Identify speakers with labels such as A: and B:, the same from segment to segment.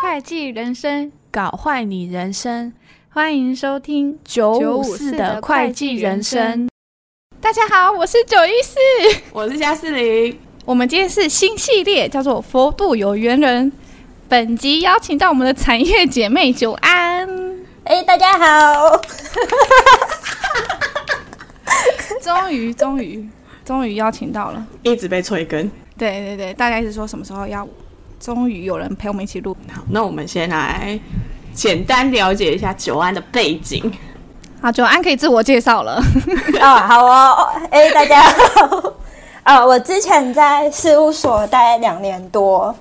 A: 会计人生，
B: 搞坏你人生
A: 欢迎收听
B: 九五四
A: 954
B: 的
A: 的
B: 会
A: 会
B: 计
A: 计
B: 人
A: 人
B: 生
A: 生。大家好，我是九一四。
B: 我是加四零，
A: 我们今天是新系列，叫做《佛度有缘人》。本集邀请到我们的产业姐妹九安，
C: 哎、大家 好，
A: 终于，终于，终于邀请到了。
D: 一直被催更。
A: 对对对，大家一直说什么时候要，终于有人陪我们一起录。
D: 好，那我们先来简单了解一下九安的背景。
A: 好，啊九安可以自我介绍了。
C: 哦，好哦，哎、大家好，啊、我之前在事务所待两年多，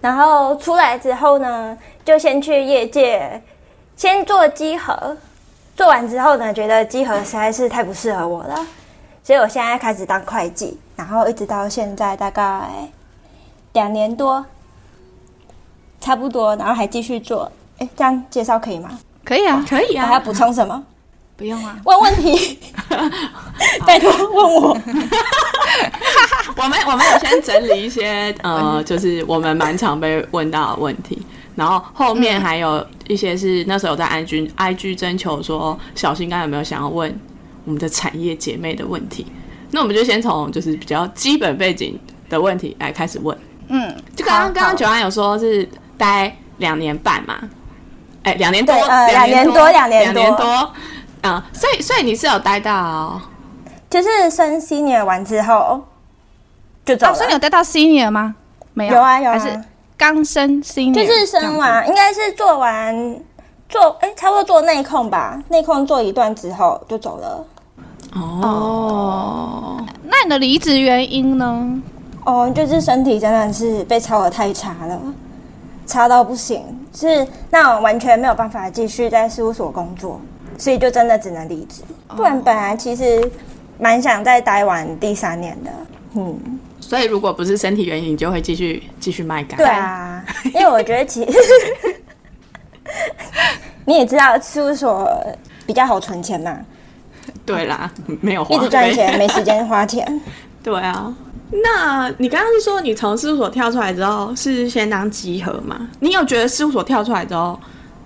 C: 然后出来之后呢，就先去业界，先做稽核，做完之后呢，觉得稽核实在是太不适合我了，所以我现在开始当会计，然后一直到现在大概两年多，差不多，然后还继续做。哎、这样介绍可以吗？
A: 可以啊，
D: 可以
C: 我还要，补充什么？
A: 不用啊。
C: 问问题， 拜托问我。
D: 我们我们有先整理 一些
C: 嗯
D: 呃，就是我们蛮常被问到的问题，然后后面还有一些是那时候有在 IG IG 征求说小新刚才有没有想要问我们的产业姐妹的问题。那我们就先从就是比较基本背景的问题来开始问。
A: 嗯，
D: 就刚
C: 好
D: 刚刚刚
C: 好
D: 九安有说是待两年半嘛，哎、两年多，
C: 对呃两
D: 年
C: 年
D: 多，
C: 多
D: 两
C: 两年多
D: 多，嗯、所以所以你是有待到、
C: 就是升 senior 完之后就走了，
A: 老啊师，你有带到 senior 吗？没有，
C: 有啊有
A: 还
C: 啊
A: 是刚升 senior，
C: 就是升完，应该是做完做哎、差不多做内控吧，内控做一段之后就走了。
A: 这
D: 哦，
A: 样子。那你的离职原因呢？
C: 哦，就是身体真的是被操的太差了，差到不行，是那我完全没有办法继续在事务所工作，所以就真的只能离职。
A: 哦
C: 不然本来其实蛮想再待完第三年的，嗯。
D: 所以如果不是身体原因，你就会继续继续卖干。
C: 对，啊，因为我觉得其 实你也知道，事务所比较好存钱嘛，
D: 对啦， 没有花
C: 一
D: 费
C: 直赚钱，没时间花钱。
D: 对啊。那你刚刚是说你从事务所跳出来之后是先当集合嘛？你有觉得事务所跳出来之后，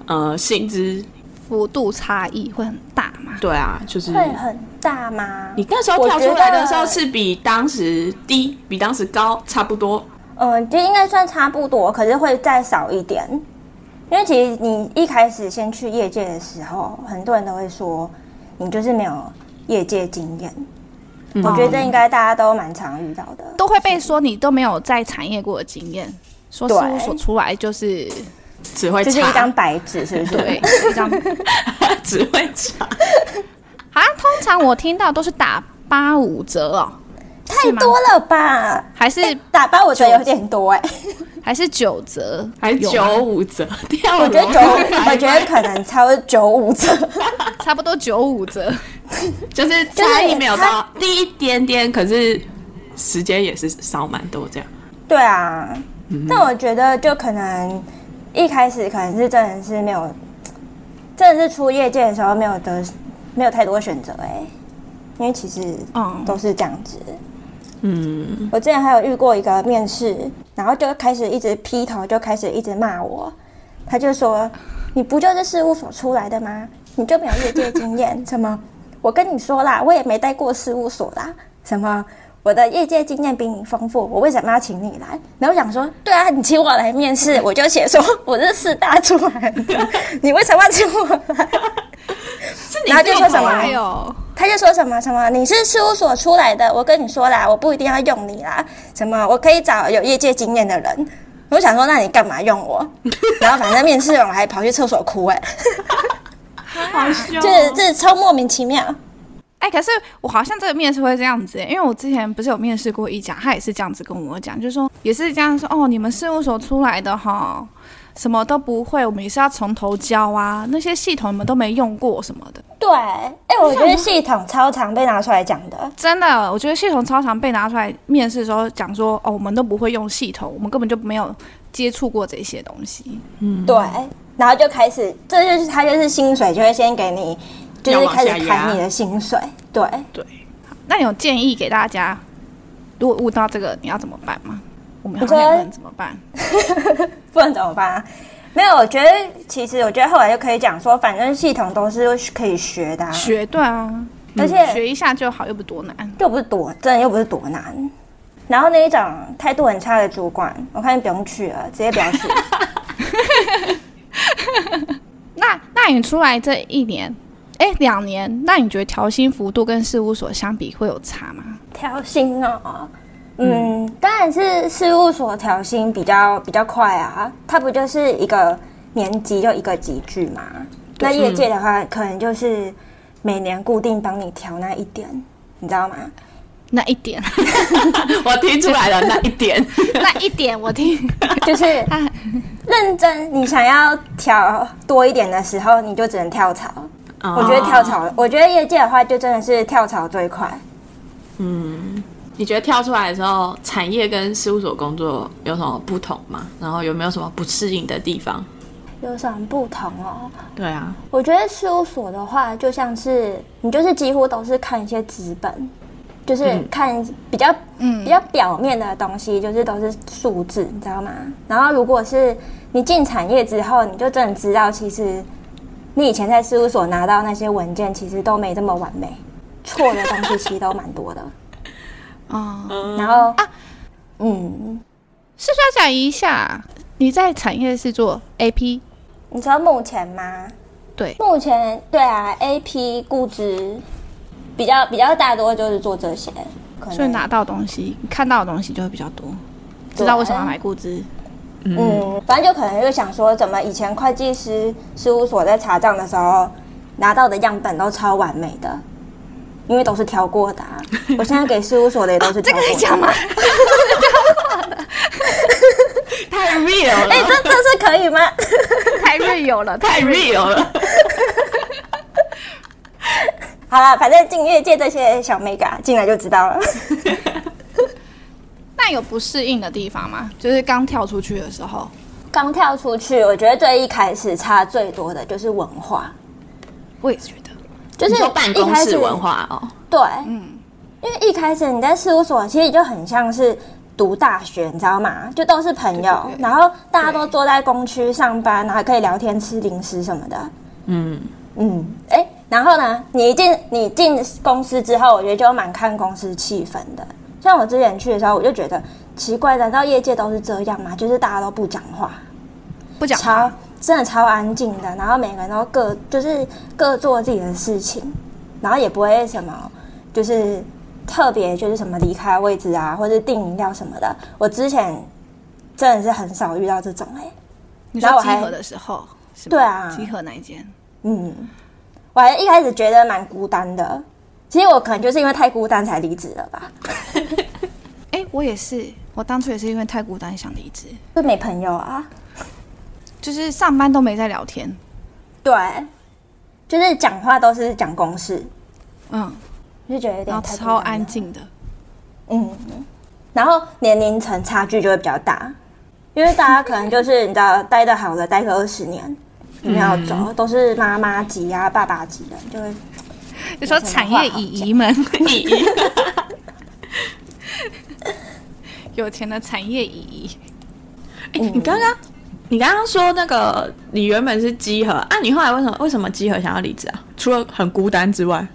D: 呃，薪资
A: 幅度差异会很大吗？
D: 对啊，就是
C: 会很大吗？
D: 你那时候跳出来的时候是比当时低，比当时高，差不多。
C: 嗯，就应该算差不多，可是会再少一点。因为其实你一开始先去业界的时候，很多人都会说你就是没有业界经验。我觉得这应该大家都蛮常遇到的。
A: 都会被说你都没有在产业过的经验，说事务
C: 对
A: 所出来就是
D: 只会
C: 就是一张
D: 差，
C: 白纸，是不是？
A: 对，这样。
D: 只会差，
A: 好像通常我听到都是打八五折哦，
C: 太多了吧？
A: 还 是
C: 打包我觉得有点多哎、
A: 还是九折，
D: 还
A: 有吗
D: 九五折跳楼。
C: 我觉得九，我觉得可能超九五 折。
A: 差不多九五折。
D: 就是差异没有到低一点点，可是时间也是少蛮多这样。
C: 对啊，但我觉得就可能一开始可能是真的是没有，真的是出业界的时候没有得没有太多选择哎、因为其实
A: 嗯
C: 都是这样子。
D: 嗯，
C: 我之前还有遇过一个面试，然后就开始一直劈头，就开始一直骂我。他就说：“你不就是事务所出来的吗？你就没有业界经验？ 什么？我跟你说啦，我也没待过事务所啦。什么？我的业界经验比你丰富，我为什么要请你来？”然后我想说：“对啊，你请我来面试，我就写说我是四大出来的，你为什么要请我来？”然后就说什么？
A: 哎呦，
C: 他就说什么什么，你是事务所出来的，我跟你说啦，我不一定要用你啦，什么我可以找有业界经验的人。我想说，那你干嘛用 我？然后反正面试完我还跑去厕所哭、 哎，
D: 好凶啊
C: 就是这超莫名其妙。
A: 哎、可是我好像这个面试会这样子、欸因为我之前不是有面试过一家，他也是这样子跟我讲，就是说也是这样说，哦，你们事务所出来的哈，什么都不会，我们也是要从头教啊，那些系统你们都没用过什么的。
C: 对，哎、我觉得系统超常被拿出来讲的。
A: 真的，我觉得系统超常被拿出来面试的时候讲说，哦，我们都不会用系统，我们根本就没有接触过这些东西。
C: 对，然后就开始，这就是他就是薪水就会先给你，就
D: 要
C: 是
D: 往
C: 开始
D: 下压
C: 砍你的薪水。对，
A: 那你有建议给大家，如果悟到这个，你要怎么办吗？我们
C: 你
A: 好
C: 说
A: 像也不能怎么办？
C: 不然怎么办、啊？没有，我觉得其实我觉得后来就可以讲说，反正系统都是可以学的、啊，
A: 学对啊，
C: 而且
A: 学一下就好，又不多难。
C: 又不是多，真的又不是多难。然后那一种态度很差的主管，我看你不用去了，直接不要去。
A: 那那你出来这一年，哎，两年，那你觉得调薪幅度跟事务所相比会有差吗？
C: 调薪哦，嗯，当然是事务所调薪比较比较快啊，它不就是一个年级就一个级距嘛？那业界的话，可能就是每年固定帮你调那一点，你知道吗？
A: 那一点，
D: 我听出来了那一点，
A: 那一点，我听，
C: 就是认真，你想要调多一点的时候，你就只能跳槽。
D: 哦
C: 我觉得跳槽，我觉得业界的话，就真的是跳槽最快。
D: 你觉得跳出来的时候，产业跟事务所工作有什么不同吗？然后有没有什么不适应的地方？
C: 有什么不同哦？
D: 对啊，
C: 我觉得事务所的话，就像是你就是几乎都是看一些纸本，就是看比较、
A: 嗯
C: 比，较表面的东西，就是都是数字，你知道吗？然后如果是你进产业之后，你就真的知道，其实你以前在事务所拿到那些文件，其实都没这么完美，错的东西其实都蛮多 的。
A: 哦，
C: 然后啊，嗯，
A: 是不是要讲一下你在产业是做 AP？
C: 你知道目前吗？
A: 对，
C: 目前对啊，AP 估值比较比较大多就是做这些，可能
A: 所以拿到东西，你看到的东西就会比较多，知道为什么要
C: 啊
A: 买固资。
C: 嗯，反正就可能就想说，怎么以前会计师事务所在查账的时候拿到的样本都超完美的，因为都是挑过的、啊。我现在给事务所的也都是
A: 这
C: 挑
A: 个
C: 过的。
A: 在讲吗？
D: 太 real 了，
C: 哎、这这是可以吗？
A: 太锐有了，
D: 太 real 了。
C: 好啦，反正进业界这些小 mega 进来就知道了。
A: 那有不适应的地方吗？就是刚跳出去的时候，
C: 刚跳出去，我觉得最一开始差最多的就是文化，
A: 我也觉得，
C: 就
D: 你
C: 是
D: 说办
C: 一
D: 公
C: 开
D: 室
C: 始
D: 文化哦，
C: 对，
A: 嗯，
C: 因为一开始你在事务所，其实就很像是读大学，你知道吗？就都是朋友，
A: 对对对
C: 然后大家都坐在工区上班，然后还可以聊天、吃零食什么的。
D: 嗯，
C: 嗯，哎、然后呢，你一进你进公司之后，我觉得就蛮看公司气氛的。像我之前去的时候，我就觉得奇怪，难道业界都是这样吗？就是大家都不讲话，
A: 不讲
C: 超真的超安静的，然后每个人都各就是各做自己的事情，然后也不会什么就是特别就是什么离开位置啊，或者订饮料什么的。我之前真的是很少遇到这种哎、
A: 你
C: 然后
A: 说
C: 我
A: 集
C: 还
A: 合的时候，是吗
C: 对啊
A: 集合那一间，
C: 嗯，我还一开始觉得蛮孤单的。其实我可能就是因为太孤单才离职了吧，
A: 哎、我也是，我当初也是因为太孤单想离职，
C: 就没朋友啊。
A: 就是上班都没在聊天，
C: 对，就是讲话都是讲公事，
A: 嗯，
C: 就觉得有
A: 然
C: 点
A: 后
C: 太孤
A: 哦超
C: 单了
A: 安静的，
C: 嗯，然后年龄层差距就会比较大，因为大家可能就是你知道，待的好的待个二十年，你要走、
A: 嗯
C: 都是妈妈级啊、爸爸级的，就会
A: 就说产业姨姨们，
D: 意义
A: 有钱的产业姨姨，
D: 哎你刚刚你刚刚说那个，你原本是集合啊，你后来为什么为什么集合想要离职啊？除了很孤单之 外，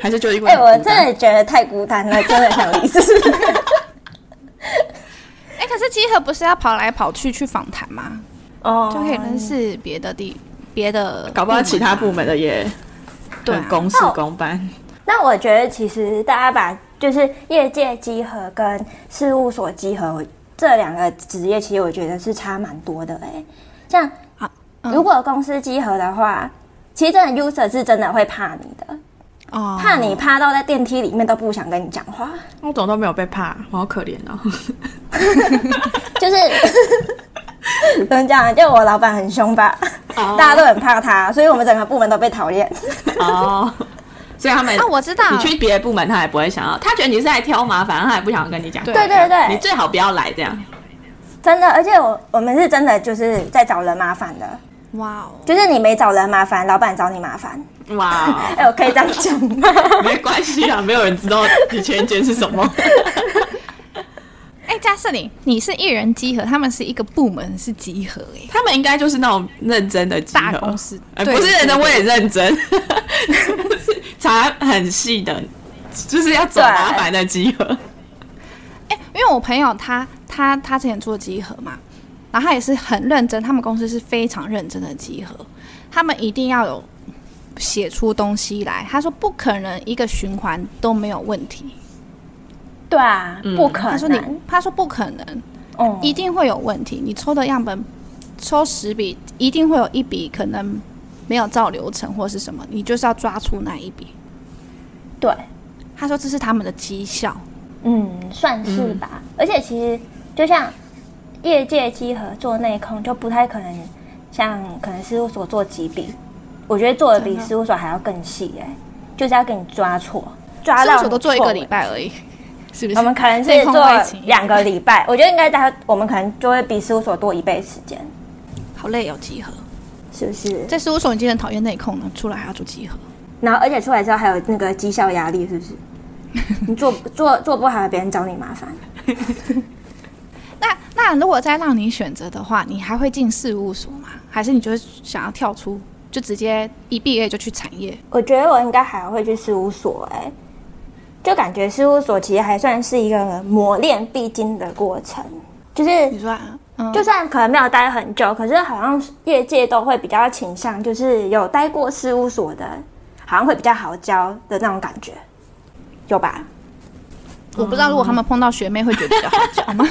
D: 还是就因为
C: 哎、
D: 很
C: 我
D: 孤
C: 真
D: 单
C: 的觉得太孤单了，真的想 离职。
A: 哎、可是集合不是要跑来跑去去访谈吗？
C: 哦
A: 就可以认识别的地。别的
D: 搞不好其他部
A: 门
D: 门的也
A: 啊对
D: 很
A: 啊，
D: 公事公办。
C: 那我觉得其实大家把就是业界集合跟事务所集合这两个职业，其实我觉得是差蛮多的哎、像
A: 啊
C: 如果公司集合的话，其实真的 user 是真的会怕你的。
A: 哦，
C: 怕你怕到在电梯里面都不想跟你讲话，
D: 我怎么都没有被怕，我好可怜哦。
C: 就是怎么讲？就我老板很凶吧， 大家都很怕他，所以我们整个部门都被讨厌。
D: 哦，所以他们
A: 啊，我知道，
D: 你去别的部门，他也不会想要，他觉得你是来挑麻烦，他也不想跟你讲。
A: 对
C: 对对
D: 你
C: 对，
D: 最好不要来这样。
C: 真的，而且我我们是真的就是在找人麻烦的，
A: 哇哦，
C: 就是你没找人麻烦，老板找你麻烦。
D: 哇，
C: 哎、我可以这样讲吗？
D: 没关系啊，没有人知道你前一间是什 么。
A: 哎、加斯林，你是一人集合，他们是一个部门是集合、哎，
D: 他们应该就是那种认真的集合
A: 大公司
D: 哎
A: 对
D: 不是
A: 对
D: 认真，
A: 对
D: 我也认真， 是查很细的，就是要找
C: 对
D: 麻烦的集合。
A: 哎、因为我朋友他他他之前做集合嘛，然后他也是很认真，他们公司是非常认真的集合，他们一定要有写出东西来。他说不可能一个循环都没有问题，
D: 嗯
C: 对啊，不可
A: 他说你
C: 能，
A: 他说不可能，
C: 嗯，
A: 一定会有问题。你抽的样本抽十笔，一定会有一笔可能没有照流程或是什么，你就是要抓出那一笔。
C: 对，
A: 他说这是他们的绩效。
C: 嗯，算是吧。而且其实就像业界集合做内控，就不太可能像可能事务所做几笔，我觉得做的比事务所还要更细哎、就是要给你抓错，抓
A: 事
C: 到
A: 务所都做一个礼
C: 你错
A: 拜而已，是不是？
C: 我们可能
A: 内
C: 是
A: 控
C: 做
A: 外勤
C: 两个礼拜，我觉得应该大，我们可能就会比事务所多一倍时间，
A: 好累哦，集合。
C: 是不是？
A: 在事务所已经很讨厌内控了，出来还要做集合。
C: 然后而且出来之后还有那个绩效压力，是不是？你做做做不好，别人找你麻烦。
A: 那那如果再让你选择的话，你还会进事务所吗？还是你就是想要跳出，就直接一毕业就去产业？
C: 我觉得我应该还会去事务所、哎，就感觉事务所其实还算是一个磨练必经的过程，就是
A: 你说、啊，嗯，
C: 就算可能没有待很久，可是好像业界都会比较倾向，就是有待过事务所的，好像会比较好教的那种感觉，有吧？
A: 我不知道，如果他们碰到学妹会觉得比较好讲吗？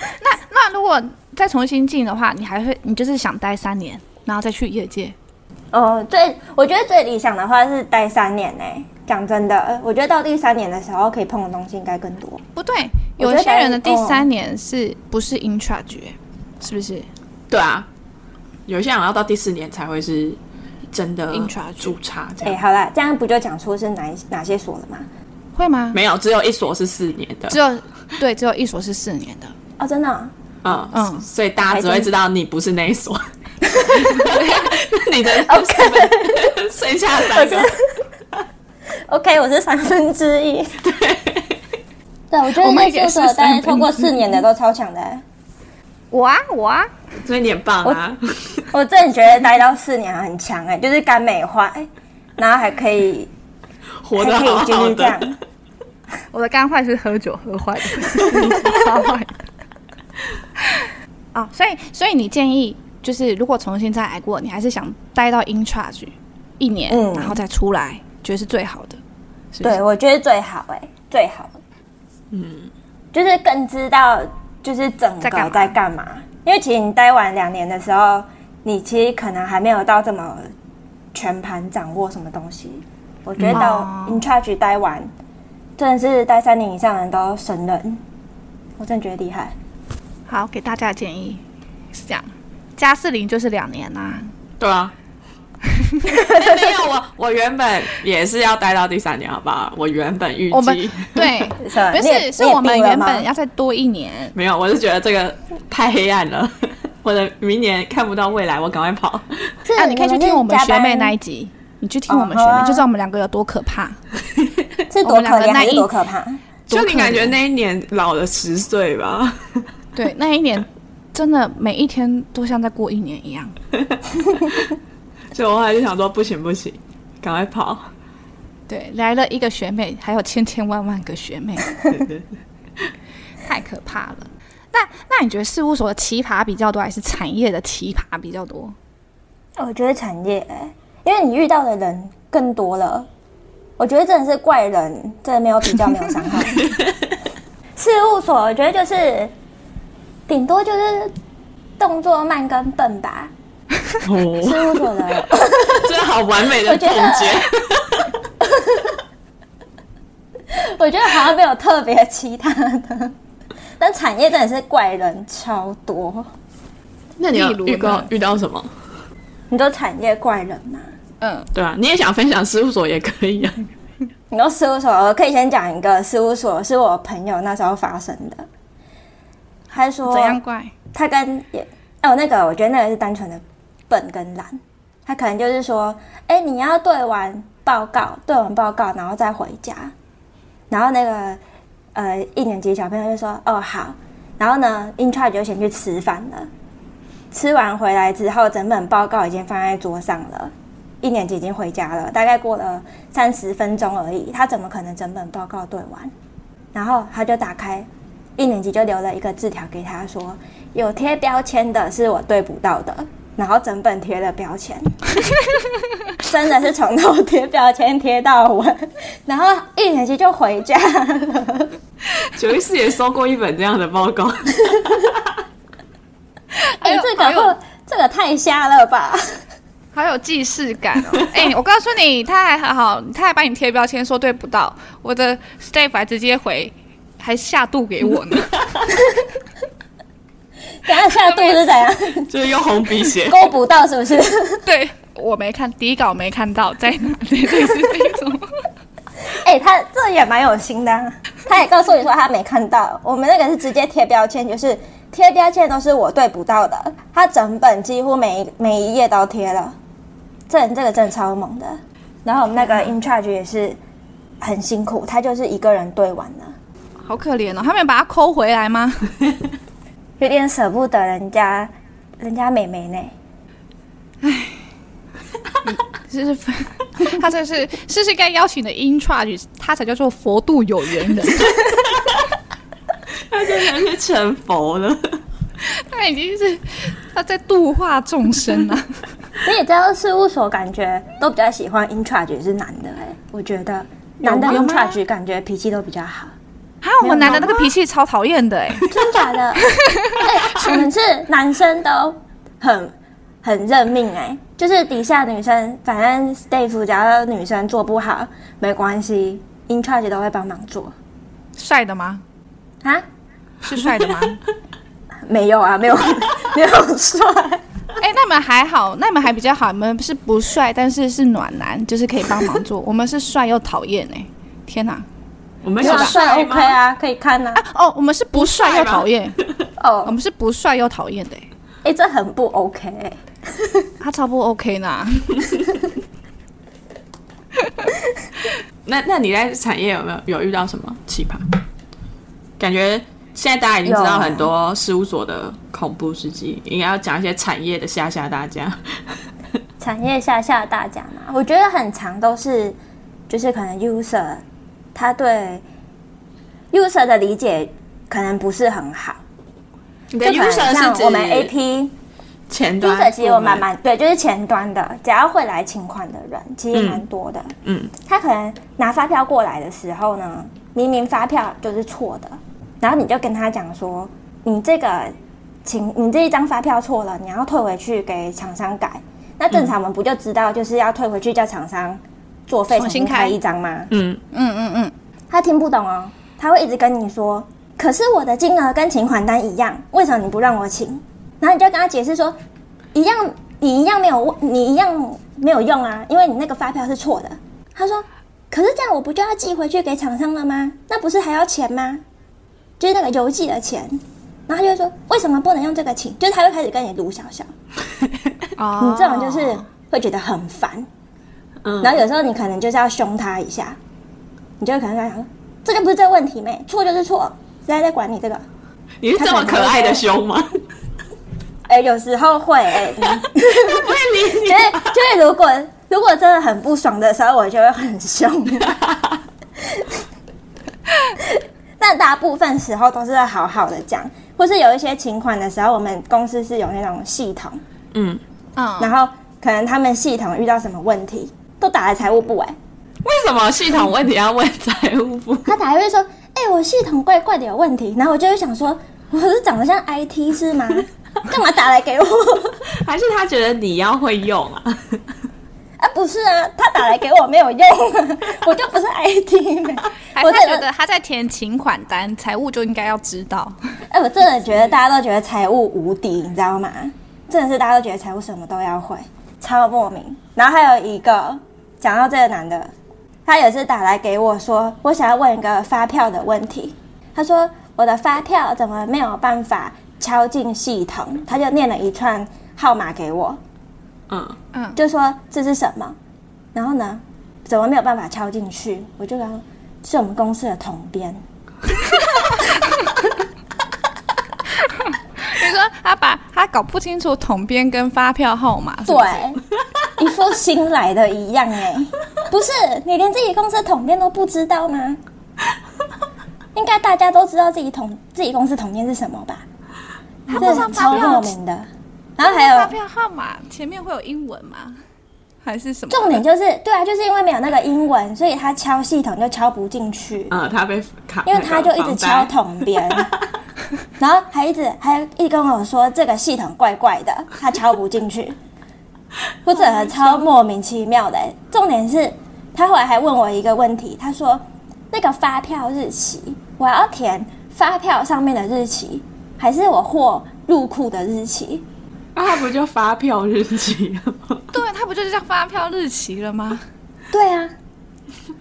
A: 那 那如果再重新进的话，你还会你就是想待三年，然后再去业界？
C: 呃，最我觉得最理想的话是待三年呢、讲真的，我觉得到第三年的时候可以碰的东西应该更多。
A: 不对，
C: 我
A: 有
C: 觉得
A: 一些人的第
C: 哦
A: 三年是不是 intra 局？是不是？
D: 对啊，有些人要到第四年才会是真的
A: Intra
D: 驻插这
C: 哎、
D: 样，
C: 好啦，这样不就讲出是哪一哪些所了吗？
A: 会吗？
D: 没有，只有一所是四年的
A: 只，有对，只有一所是四年的。
C: 哦，真的哦、
D: 嗯
A: 嗯
D: 所以大家只
C: 还
D: 会
C: 真
D: 知道你不是那一所。 你的四分 剩下三个，
C: OK，我是三分之一。对，对，我觉
A: 我
C: 得
A: 们
C: 那
A: 也
C: 些
A: 是
C: 所大
A: 三分之一
C: 概超过四年的都超强的欸、
A: 我啊，我啊，
D: 所以你很棒啊！
C: 我真的觉得待到四年很强哎、就是肝美化、欸，然后还 可以
D: 活得
C: 还可
D: 好
C: 以继
D: 好
C: 续这样
D: 的，。
A: 我的肝坏是喝酒喝坏的，不是烧坏的。 哦，所以所以你建议就是，如果重新再来过，你还是想待到 in charge 一年，
C: 嗯
A: 然后再出来，觉得是最好的。是不是
C: 对，，我觉得最好哎、最好。嗯，就是更知道就是整
A: 在干嘛
C: 个在干嘛，因为其实你待完两年的时候，你其实可能还没有到这么全盘掌握什么东西。我觉得到
A: 哦
C: in charge 待完，真的是待三年以上的人都神人，我真的觉得厉害。
A: 好，给大家的建议是这样，加四零就是两年啊。
D: 对啊。哎没有我，我原本也是要待到第三年，好不好？我原本预
A: 我们
D: 计
A: 对，
C: 是吧
A: 不
C: 你也
A: 是，是
C: 你也
A: 我们
C: 病了
A: 原
C: 吗
A: 本要再多一年。
D: 没有，我是觉得这个太黑暗了， 我的明年看不到未来，我赶快跑。
C: 是
A: 啊，你可以去听我们学妹那
C: 一
A: 一集，你去听我们
C: 哦
A: 学
C: 好啊
A: 妹，就知道我们两个有多可怕。
C: 是
A: 我
C: 多
A: 们
C: 可
A: 两个
C: 怜
A: 那
C: 还是
A: 一
C: 多可怕？
A: 多
D: 就你
A: 可
D: 感觉
A: 怜
D: 那一年老了十岁吧？
A: 对那一年，真的每一天都像在过一年一样。
D: 所以我后来就想说，不行不行，赶快 跑。
A: 对，来了一个学妹，还有千千万万个学 妹，太可怕了。那那你觉得事务所的奇葩比较多，还是产业的奇葩比较多？
C: 我觉得产业、欸，因为你遇到的人更多了。我觉得真的是怪人，真的没有比较，没有伤 害。事务所，我觉得就是顶多就是动作慢跟笨吧。
D: 哦，
C: 事务所的，
D: 这好完美的
C: 我觉
D: 总
C: 得
D: 结。
C: 我觉得好像没有特别其他的。但产业真的是怪人超多，
D: 那
A: 你有
D: 遇到遇到什么？
C: 你说产业怪人吗？
A: 嗯，
D: 对啊，你也想分享事务所也可以 啊。
C: 你说事务所，我可以先讲一个事务所，是我朋友那时候发生的。他说
A: 怎样怪？
C: 呃他跟也哦，那个我觉得那个是单纯的笨跟懒，他他可能就是说，哎、你要对完报告，对完报告，然后再回家。然后那个呃一年级小朋友就说，哦好。然后呢 i n t r a 就先去吃饭了。吃完回来之后，整本报告已经放在桌上了。一年级已经回家了，大概过了三十分钟而已，他怎么可能整本报告对完？然后他就打开，一年级就留了一个字条给他说，有贴标签的是我对不到的，然后整本贴了标签， 真的是从头贴标签贴到尾，然后一年级就回家了。
D: 九一四也收过一本这样的报 告，
A: 哎
C: 哎、
A: 呦
C: 这个
A: 哎呦
C: 会这个太瞎了吧？
A: 好有既视感哦！ 哎、我告诉你，他还很好，他还帮你贴标签，说对不到。我的 staff 还直接回，还下度给我 呢。
C: 等一下下肚是怎 样？
D: 就是用红笔
A: 哎
D: 写。
C: 勾不到是不是？
A: 对我没看底稿，没看到在哪里，类似这一种。
C: 哎、他这也蛮有心的、啊， 他也告诉你说他没看到。我们那个是直接贴标签，就是贴标签都是我对不到的。他整本几乎每一每一页都贴了，这人这个真的超猛的。然后我们那个 in charge 也是很辛苦，他就是一个人对完了，
A: 好可怜哦，他们把它抠回来吗？
C: 有点舍不得人家人家美眉呢。
A: 就是， 他这是是是该邀请的 intra，他才叫做佛度有缘 人，
D: 他真的是成佛了。
A: 他已经是他在度化众生啊 了。
C: 你也知道事务所感觉都比较喜欢 in charge 是男的哎、我觉得男的
D: 有
C: in
D: 吗
C: charge 感觉脾气都比较好。
A: 还有我们男的那个脾气超讨厌的哎、
C: 真假 的？哎、我们是男生都很很认命哎、就是底下女生，反正 staff 只要女生做不好没关系，in charge 都会帮忙做
A: 帅的吗？
C: 啊？
A: 是帅的吗？
C: 没有啊，没有 没有帅，
A: 哎、那你们还好，那你们还比较好，你们是不帅，但是是暖男，就是可以帮忙 做。我们是帅又讨厌哎，天哪！
D: 我们
C: 没有
D: 有
C: 帅
D: 吗
C: OK？啊，可以看啊。
A: 啊哦，我们是不帅又讨厌，我
C: 哦，
A: 们是不帅又讨厌的、哎
C: 哎、这很不 OK 哎、
A: 他超不 OK 呢。
D: 那那你在产业有没有有遇到什么奇葩？感觉现在大家已经知道
C: 有
D: 很多事务所的恐怖事迹，应该要讲一些产业的吓吓大家。
C: 产业下下大奖嘛，我觉得很长都是，就是可能 user 他对 user 的理解可能不是很好，
D: 你
C: 就可
D: 的
C: 能
D: user 是
C: 像
D: 指
C: 我们 AP
D: 前端
C: user 其实
D: 部
C: 我蛮
D: 门
C: 蛮对，就是前端的，只要会来请款的人其实蛮多的。
D: 嗯，
C: 他可能拿发票过来的时候呢，明明发票就是错的，然后你就跟他讲说，你这个请你这一张发票错了，你要退回去给厂商改。那
D: 嗯
C: 正常我们不就知道就是要退回去叫厂商作废
A: 重
C: 重
A: 新
C: 新开
A: 开
C: 一张吗？
D: 嗯，
A: 嗯嗯嗯，
C: 他听不懂哦，他会一直跟你说，可是我的金额跟请款单一样，为什么你不让我请？然后你就跟他解释说，一样，你一样没有，你一样没有用啊，因为你那个发票是错的。他说，可是这样我不就要寄回去给厂商了吗？那不是还要钱吗？就是那个邮寄的钱。然后他就会说，为什么不能用这个请？就是他会开始跟你卢小小，
A: 哦，
C: 你这种就是会觉得很烦。
D: 嗯
C: 然后有时候你可能就是要凶他一下，你就会可能跟他讲，这个不是这个问题没错就是错，谁还在管你这个？
D: 你是这么可爱的凶 吗？
C: 哎、有时候会，哎、
D: 他不会理你
C: 就。是就是如果如果真的很不爽的时候，我就会很凶。 但大部分时候都是会好好的讲，或是有一些情况的时候，我们公司是有那种系统，
D: 嗯，
A: 嗯，
C: 然后可能他们系统遇到什么问题，都打来财务部哎、
D: 为什么系统问题要问财务部？
C: 他打来会说：“哎、我系统怪怪的有问题。”然后我就会想说：“我是长得像 IT 是吗？干嘛打来给我？
D: 还是他觉得你要会用啊？
C: 啊，不是啊，他打来给我没有用、啊，我就不是 IT 嘛。
A: 还
C: 我
A: 是他
C: 真
A: 觉
C: 的，
A: 得他在填请款单，财务就应该要知道。
C: 哎、我真的觉得大家都觉得财务无敌，你知道吗？真的是大家都觉得财务什么都要会，超莫名。然后还有一个讲到这个男的，他也是打来给我说，我想要问一个发票的问题。他说我的发票怎么没有办法敲进系统？他就念了一串号码给我，
D: 嗯，
A: 嗯，
C: 就说这是什么，然后呢，怎么没有办法敲进去？我就跟他说是我们公司的统编，
A: 你说他把他搞不清楚统编跟发票号码，是
C: 对
A: 不是，
C: 一副新来的一样哎、不是你连自己公司的统编都不知道吗？应该大家都知道自己统自己公司统编是什么吧？
A: 他不
C: 这
A: 知道
C: 超
A: 发票，
C: 有名的。然后还有
A: 发票号码前面会有英文吗？还是什么？
C: 重点就是，对啊，就是因为没有那个英文，所以他敲系统就敲不进去，
D: 嗯，他被卡，
C: 因为他就一
D: 那
C: 直
D: 个
C: 敲
D: 房贷，
C: 桶边， 然后还一直还一直跟我说这个系统怪怪的，他敲不进去，我整个超莫名其妙的、重点是，他后来还问我一个问题，他说那个发票日期，我要填发票上面的日期，还是我货入库的日期？
D: 那他不就发票日期了吗？
A: 对，他不就是叫发票日期了吗？
C: 对啊，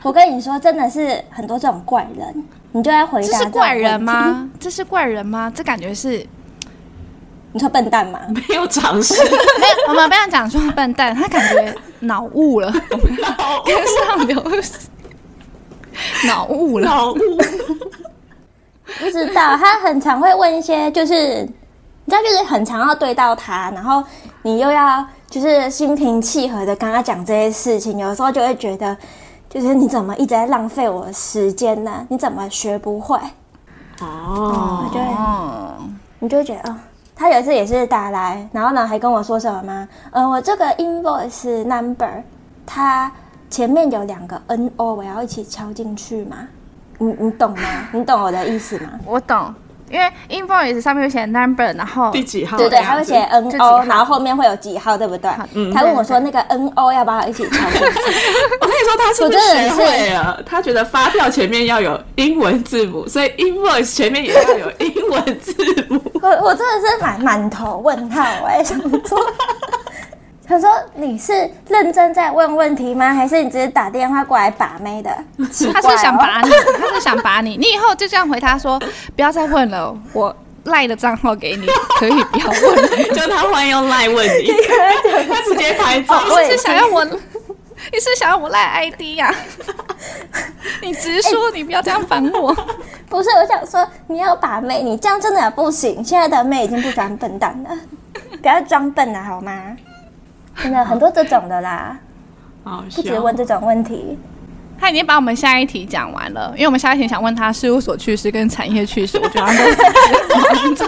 C: 我跟你说，真的是很多这种怪人，你就要回答
A: 这是
C: 种
A: 怪人
C: 问题？
A: 吗？这是怪人吗？这感觉是
C: 你说笨蛋吗？
D: 没有 尝试，
A: 没有，我们不要讲说笨蛋，他感觉脑雾了， 我们要跟上流行，脑雾了。
D: 脑雾，
C: 不知道，他很常会问一些，就是你知道，就是很常要对到他，然后你又要就是心平气和的跟他讲这些事情，有时候就会觉得，就是你怎么一直在浪费我的时间呢、你怎么学不会？我
D: 哦，
C: 就会
A: 哦，
C: 你就会觉得，哦，他有一次也是打来，然后呢还跟我说什么吗？嗯、我这个 invoice number，它前面有两个 N O，我要一起敲进去吗？你你懂吗？你懂我的意思吗？
A: 我懂，因为 invoice 上面有写 number，然后
D: 第几号哦这
C: 对
D: 样子？
C: 对，他会写 N
A: 就几
C: O，
A: 号
C: 然后后面会有几号，对不对
A: 好？
C: 他问我说那个 N O 要不要一起敲进去？
D: 我跟你说，他是不是
C: 我真的
D: 学
C: 是
D: 会了？他觉得发票前面要有英文字母，所以 invoice 前面也要有英文字母。
C: 我我真的是满满头问号哎、想说。 他说：“你是认真在问问题吗？还是你只是打电话过来把妹的？ 奇
A: 他
C: 怪
A: 是想
C: 哦
A: 把你，他是想把你，你以后就这样回他说，不要再问了，我赖的账号给你，可以不要问了。
D: 就他会用 line 问你，他直接拍照。
C: 哦我也
A: 你是想要我， 你是想要我赖 ID 呀、 你直说，你不要这样烦我。
C: 不是，我想说你要把妹，你这样真的不行。现在的妹已经不装笨蛋了， 不要装笨了好吗？真的很多这种的啦，
D: 好
C: 不止
D: 笑，
C: 问这种问题。
A: 他已经把我们下一题讲完了，因为我们下一题想问他事务所趣事跟产业趣事，我觉得他们都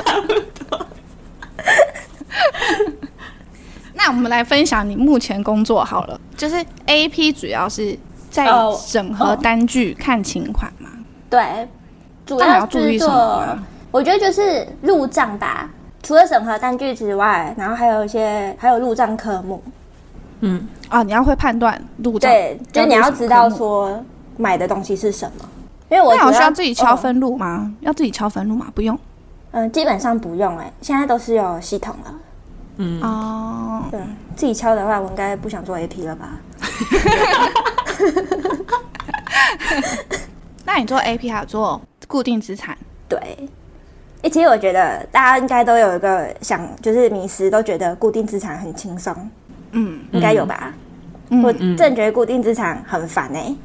A: 那我们来分享你目前工作好了，就是 A P 主要是在
C: 哦
A: 整合
C: 哦
A: 单据看情款嘛，
C: 对，主
A: 那你
C: 要
A: 要注
C: 制
A: 意什
C: 作，
A: 么啊？
C: 我觉得就是入账吧。除了审核单据之外，然后还有一些还有入账科目。
D: 嗯，
A: 啊，你要会判断入账，
C: 对，就你要知道
A: 入什么科目。
C: 说买的东西是什么。因为我
A: 那我
C: 主
A: 需要自己敲
C: 嗯
A: 分录吗？要自己敲分录吗？不用
C: 嗯、基本上不用哎、现在都是有系统了。
D: 嗯
A: 哦。
C: 对，自己敲的话，我应该不想做 AP 了吧？
A: 那你做 A P 还有做固定资产？
C: 对，诶其实我觉得大家应该都有一个想，就是迷失，都觉得固定资产很轻松，
A: 嗯，
C: 应该有吧？
A: 嗯
C: 我真的觉得固定资产很烦哎、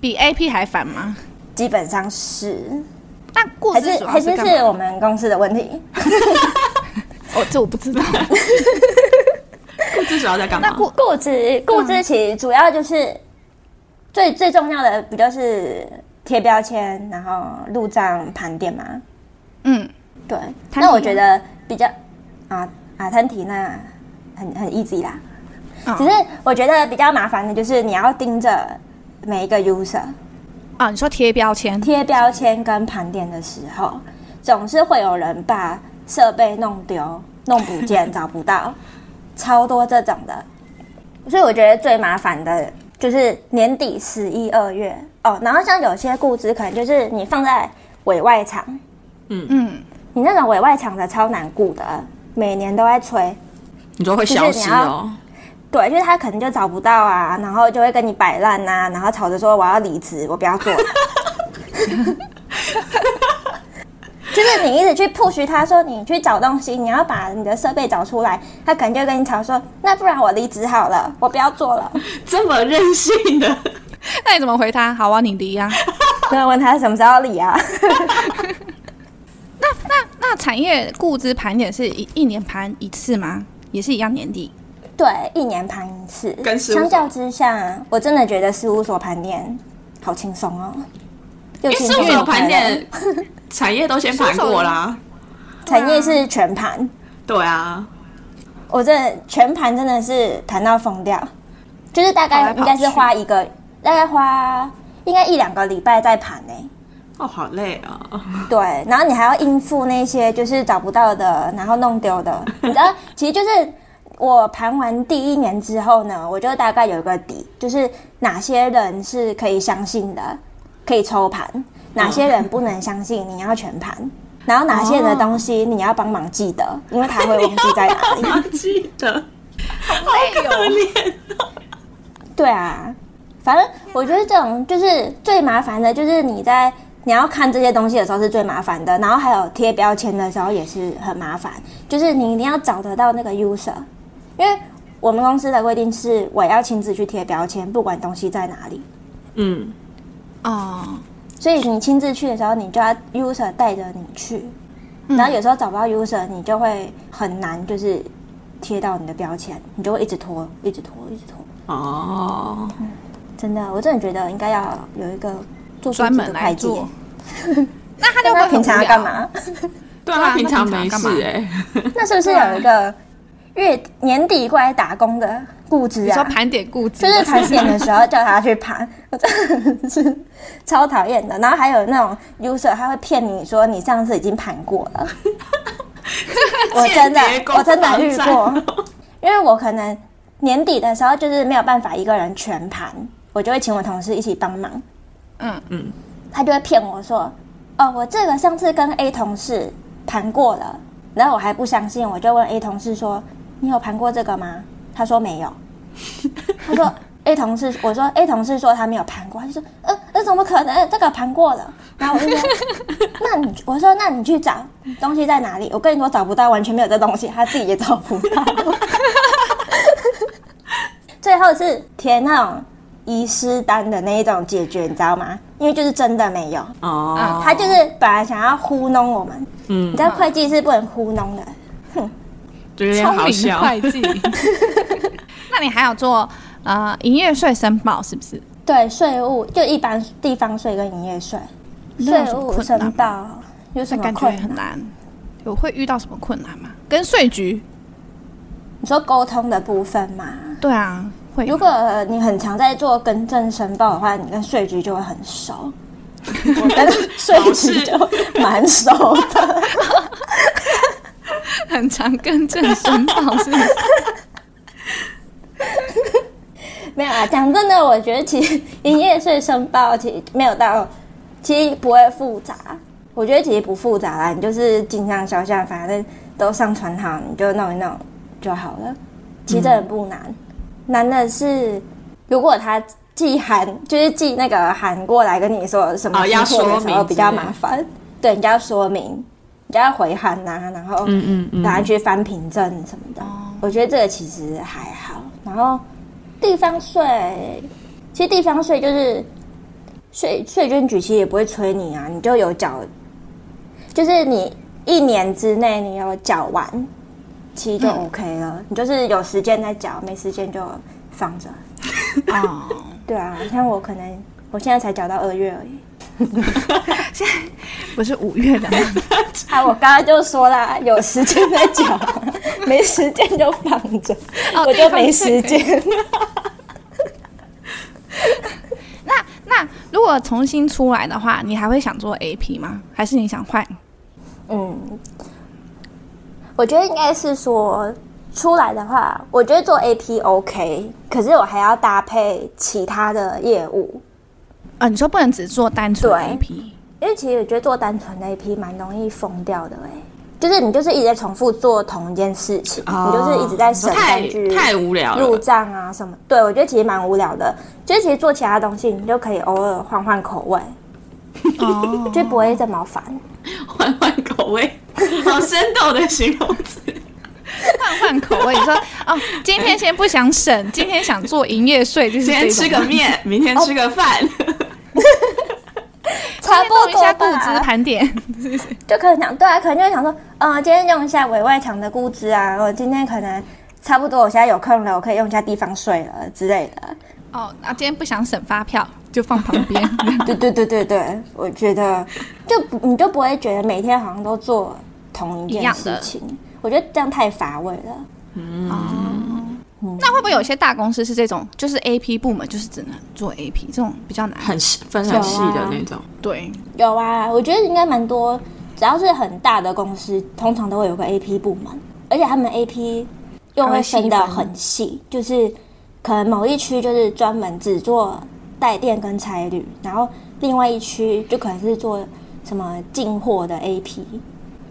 A: 比 A P 还烦吗？
C: 基本上是，
A: 那固
C: 还
A: 资
C: 是
A: 主
C: 还
A: 要
C: 是
A: 是干
C: 是
A: 嘛？
C: 我们公司的问题。
A: 哦，这我不知道。
D: 至少在干嘛？
C: 固固执固执其实主要就是最最重要的不就是贴标签，然后入账盘点嘛？
A: 嗯，
C: 对，
A: 摊
C: 那
A: 体
C: 我
A: 呢
C: 觉得比较啊啊，摊体那很很 easy 啦。
A: 嗯
C: 只是我觉得比较麻烦的就是你要盯着每一个 user
A: 啊，你说贴标签，
C: 贴标签跟盘点的时候，总是会有人把设备弄丢、弄不见、找不到，超多这种的。所以我觉得最麻烦的就是年底十一二月哦，然后像有些固资可能就是你放在委外场，
A: 嗯，
C: 你那种委外场的超难顾的，每年都在催。
D: 你说会消失
C: 啊
D: 哦？
C: 对，就是他可能就找不到啊，然后就会跟你摆烂呐、然后吵着说我要离职，我不要做了。 就是你一直去 push 他说你去找东西，你要把你的设备找出来，他可能就跟你吵说，那不然我离职好了，我不要做 了。
D: 这么任性的，
A: 那你怎么回他？好啊，你离啊。
C: 那问他什么时候离啊？
A: 那那那产业估值盘点是一一年盘一次吗？也是一样年底？
C: 对，一年盘一次。
D: 跟事务所
C: 相较之下，我真的觉得事务所盘点好轻松哦。因
D: 因
C: 啊
D: 为事务所盘点啊产业都先盘过
C: 啊
D: 啦。
C: 产业是全盘，
D: 对啊，
C: 我真的全盘真的是谈到疯掉，就是大概应该是花一个，大概花应该一两个礼拜在盘呢、
D: 哦，好累啊！
C: 对，然后你还要应付那些就是找不到的，然后弄丢的。你知道，其实就是我盘完第一年之后呢，我就大概有一个底，就是哪些人是可以相信的，可以抽盘；哪些人不能相信，你要全盘。然后哪些人的东西你要帮忙记得，因为他会忘记在哪里。
D: 我记得
A: 累哦。
C: 对啊，反正我觉得这种就是最麻烦的，就是你在你要看这些东西的时候是最麻烦的，然后还有贴标签的时候也是很麻烦，就是你一定要找得到那个 user，因为我们公司的规定是我要亲自去贴标签，不管东西在哪里，
D: 嗯，
A: 哦，
C: 所以你亲自去的时候，你就要 user 带着你去，
A: 嗯
C: 然后有时候找不到 user，你就会很难就是贴到你的标签，你就会一直拖，一直拖，一直拖。
D: 哦，
C: 真的，我真的觉得应该要有一个做数
A: 专
C: 字
A: 门
C: 的
A: 来
C: 会计
A: 做。 那他就
C: 那
A: 会
C: 他
A: 很
C: 平常
A: 无
C: 要
A: 聊
C: 干？ 嘛？
D: 对
A: 对啊
D: 啊，平常
A: 那
D: 没
A: 平常干
D: 事
A: 嘛
D: 哎，
C: 那是不是有一个月年底过来打工的雇职
A: 你说
C: 啊？
A: 盘点估值
C: 就
A: 的时
C: 是
A: 候，
C: 盘点的时候叫他去盘，我真的是超讨厌的。然后还有那种 user，他会骗你说你上次已经盘过了，我真的
D: 间谍
C: 我真的遇
D: 攻防战
C: 过，因为我可能年底的时候就是没有办法一个人全盘，我就会请我同事一起帮忙。
A: 嗯
D: 嗯，
C: 他就会骗我说：“哦，我这个上次跟 A 同事盘过了。”然后我还不相信，我就问 A 同事说：“你有盘过这个吗？”他说没有。他说 A 同事，我说 A 同事说他没有盘过，他就说：“呃，那怎么可能？这个盘过了。”然后我就说：“那你，我说那你去找东西在哪里？我跟你说找不到，完全没有这东西，他自己也找不到。 最后是填那种遗失单的那一种解决，你知道吗？因为就是真的没有，
D: 哦，
C: 他就是本来想要糊弄我们，你
D: 嗯
C: 知，道会计是不能糊弄的，
D: 就有点
A: 聪明
D: 好
A: 的
D: 笑，
A: 会 计。那你还有做呃营业税申报是不是？
C: 对税务就一般地方税跟营业税，
A: 那有
C: 税
A: 什么
C: 务
A: 困难
C: 申
A: 吗
C: 报有什
A: 那
C: 么
A: 感觉
C: 困
A: 很
C: 难？
A: 难。有会遇到什么困难吗？跟税局？
C: 你说沟通的部分嘛，
A: 对啊，会
C: 如果你很常在做更正申报的话，你跟税局就会很 熟。我跟税局就蛮熟 的，
A: 很常跟正申报是不是？
C: 没有啊。讲真的，我觉得其实营业税申报其实没有到，其实不会复杂。我觉得其实不复杂啦，你就是尽量销项，反正都上传好，你就弄一弄就好了。其实真的不
D: 嗯
C: 难，难的是如果他寄函，就是寄那个函过来跟你说什么
D: 哦要
C: 出错的时
D: 说
C: 候
D: 明
C: 比较
D: 之类
C: 麻烦。对，你就要说明，你就要回函呐、然后
D: 嗯嗯哦嗯
C: 拿去翻凭证什么的。我觉得这个其实还好。然后地方税，其实地方税就是税税捐局其实也不会催你啊，你就有缴，就是你一年之内你有缴完，其实就
D: 嗯
C: OK 了。你就是有时间再缴，没时间就放着。
A: 哦，
C: 对啊，像我可能我现在才缴到二月而已。
A: 不是五月的吗，
C: 啊，我刚刚就说啦，有时间再讲，没时间就放着，
A: 哦
C: 我就没时。
A: 地方税可以
C: 间。
A: 那那如果重新出来的话，你还会想做 AP 吗？还是你想换？
C: 嗯，我觉得应该是说出来的话，我觉得做 AP OK，可是我还要搭配其他的业务，
A: 啊，你说不能只做单纯的 AP，
C: 因为其实我觉得做单纯的 AP 蛮容易疯掉的哎、就是你就是一直在重复做同一件事情，
D: 哦
C: 你就是一直在审
D: 太
C: 单据，
D: 太无聊
C: 入
D: 了，
C: 账啊什么，对我觉得其实蛮无聊的。就是其实做其他东西，你就可以偶尔换换口味，
A: 哦，
C: 就不会这么烦。
D: 换换口口味，好生动的形容词。
A: 换换口味，你说哦，今天先不想 省，今天想做营业税，就是
D: 今天吃个面， 哦明天吃个饭，
C: 差不
A: 做一下
C: 多
A: 固资
C: 吧。
A: 盘 点，
C: 就可能想，对啊，可能就会想说，嗯、今天用一下委外场的估值啊，我今天可能差不多，我现在有空了，我可以用一下地方税了之类 的。
A: 哦，那今天不想省发票，就放旁 边。
C: 对对对对对，我觉得就不你就不会觉得每天好像都做同一
A: 一
C: 件
A: 样
C: 事
A: 的
C: 情，我觉得这样太乏味了。
A: 那会不会有些大公司是这种，就是 A P 部门就是只能做 A P 这种比较难？
D: 很细分很细的那种。
A: 对，
C: 有啊，我觉得应该蛮多，只要是很大的公司，通常都会有个 AP 部门，而且他们 AP 又会分的很细，就是可能某一区就是专门只做带电跟差旅，然后另外一区就可能是做什么进货的 AP，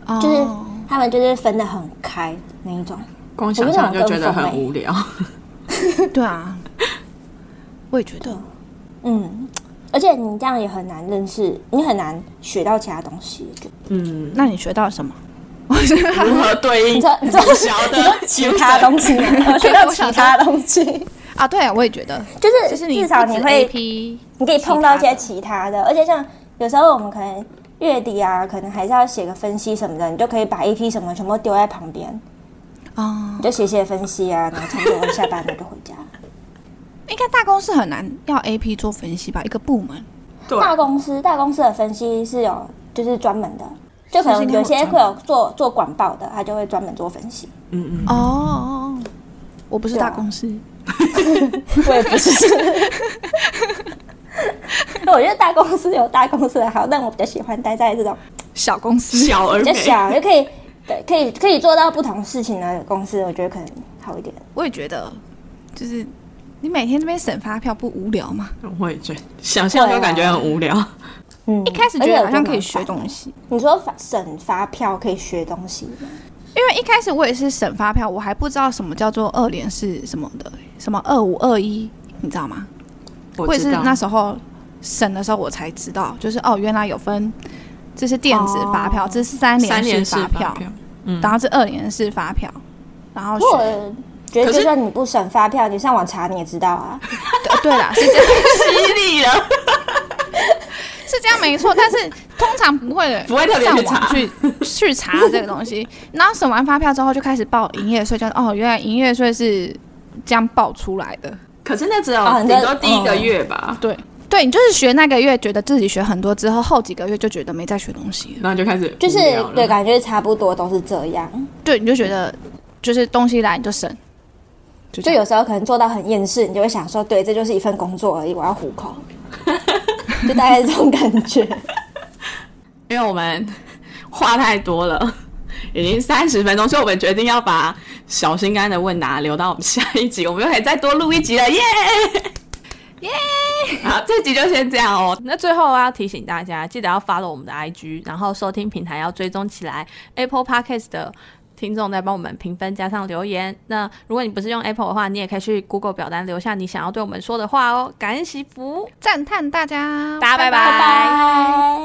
A: 哦
C: 就是他们就是分的很开那一种。
D: 光想象就觉得很无聊。
A: 对 啊，我也觉得，
C: 嗯，而且你这样也很难认识，你很难学到其他东西。就
D: 嗯，
A: 那你学到 什么？
D: 如何 对应
C: 你说你说
D: 不晓
C: 你
D: 得
C: 说其他东西吗， 我学到其他东西。
A: 啊，对，我也觉得，
C: 就是
A: 就是你
C: 至少你会
A: A，P，
C: 你可以碰到一些其他的，而且像有时候我们可能月底啊，可能还是要写个分析什么的，你就可以把 A P 什么全部丢在旁边，
A: 哦，
C: 你就写写分析啊，然后差不多下班了 就回家。
A: 应该大公司很难要 A P 做分析吧？一个部门
D: 对
C: 大公司大公司的分析是有就是专门的，就可能有些
A: 是不是应该有专门
C: 会有做做管报的，他就会专门做分析。
D: 嗯嗯，
A: 哦，我不是
C: 对啊
A: 大公司，
C: 我也不是。我觉得大公司有大公司的好，但我比较喜欢待在这种
A: 小公司
D: 小而
C: 比较
D: 美。
C: 小，又可以对可以可以做到不同事情的公司，我觉得可能好一点。
A: 我也觉得，就是你每天这边审发票不无聊吗？
D: 我也觉得想象就感觉很无聊。
C: 嗯，
A: 一开始觉
C: 而且
A: 得
C: 我
A: 好像可以
C: 蛮
A: 学
C: 烦
A: 东西，
C: 你说发省发票可以学东西吗？
A: 因为一开始我也是审发票，我还不知道什么叫做二连是什么的，什么二五二一，你知道吗？我也
D: 知
A: 是
D: 道，
A: 那时候审的时候我才知道，就是哦，原来有分，这是电子发票，这是三
D: 哦三
A: 联
D: 年
A: 式发票，
D: 票，嗯
A: 然后这二连式发票，然后
C: 不过
A: 哦
D: 哦
A: 学
C: 我觉得
D: 可
C: 就是算你不省发票，你上网查你也知道啊。
A: 对对啦，是这样
D: 犀利了。
A: 是这样没错，但是通常不会
D: 不会特别
A: 上
D: 去
A: 网
D: 查
A: 去去查这个东西。然后审完发票之后就开始报营业税，就哦，原来营业税是这样报出来的。
D: 可哦是那嗯只有
C: 啊你
D: 顶
C: 的
D: 多第一个月吧，
A: 对，对你就是学那个月，觉得自己学很多之后，后几个月就觉得没再学东西了。
D: 然后就开始
C: 就是
D: 无聊了
C: 对，感觉差不多都是这样。
A: 对，你就觉得就是东西来你就省，就
C: 就
A: 这样
C: 有时候可能做到很厌世，你就会想说，对，这就是一份工作而已，我要糊口，就大概是这种感觉。
D: 因为我们话太多了， 已经三十分钟，所以我们决定要把小心肝的问答留到我们下一集，我们又可以再多录一集了，耶耶！好，这集就先这样哦。
B: 那最后要提醒大家，记得要 follow 我们的 IG，然后收听平台要追踪起来。Apple Podcast 的听众在帮我们评分加上留言。那如果你不是用 Apple 的话，你也可以去 Google 表单留下你想要对我们说的话哦。感恩惜福。
A: 赞叹大家，
B: 大家拜拜
C: 拜。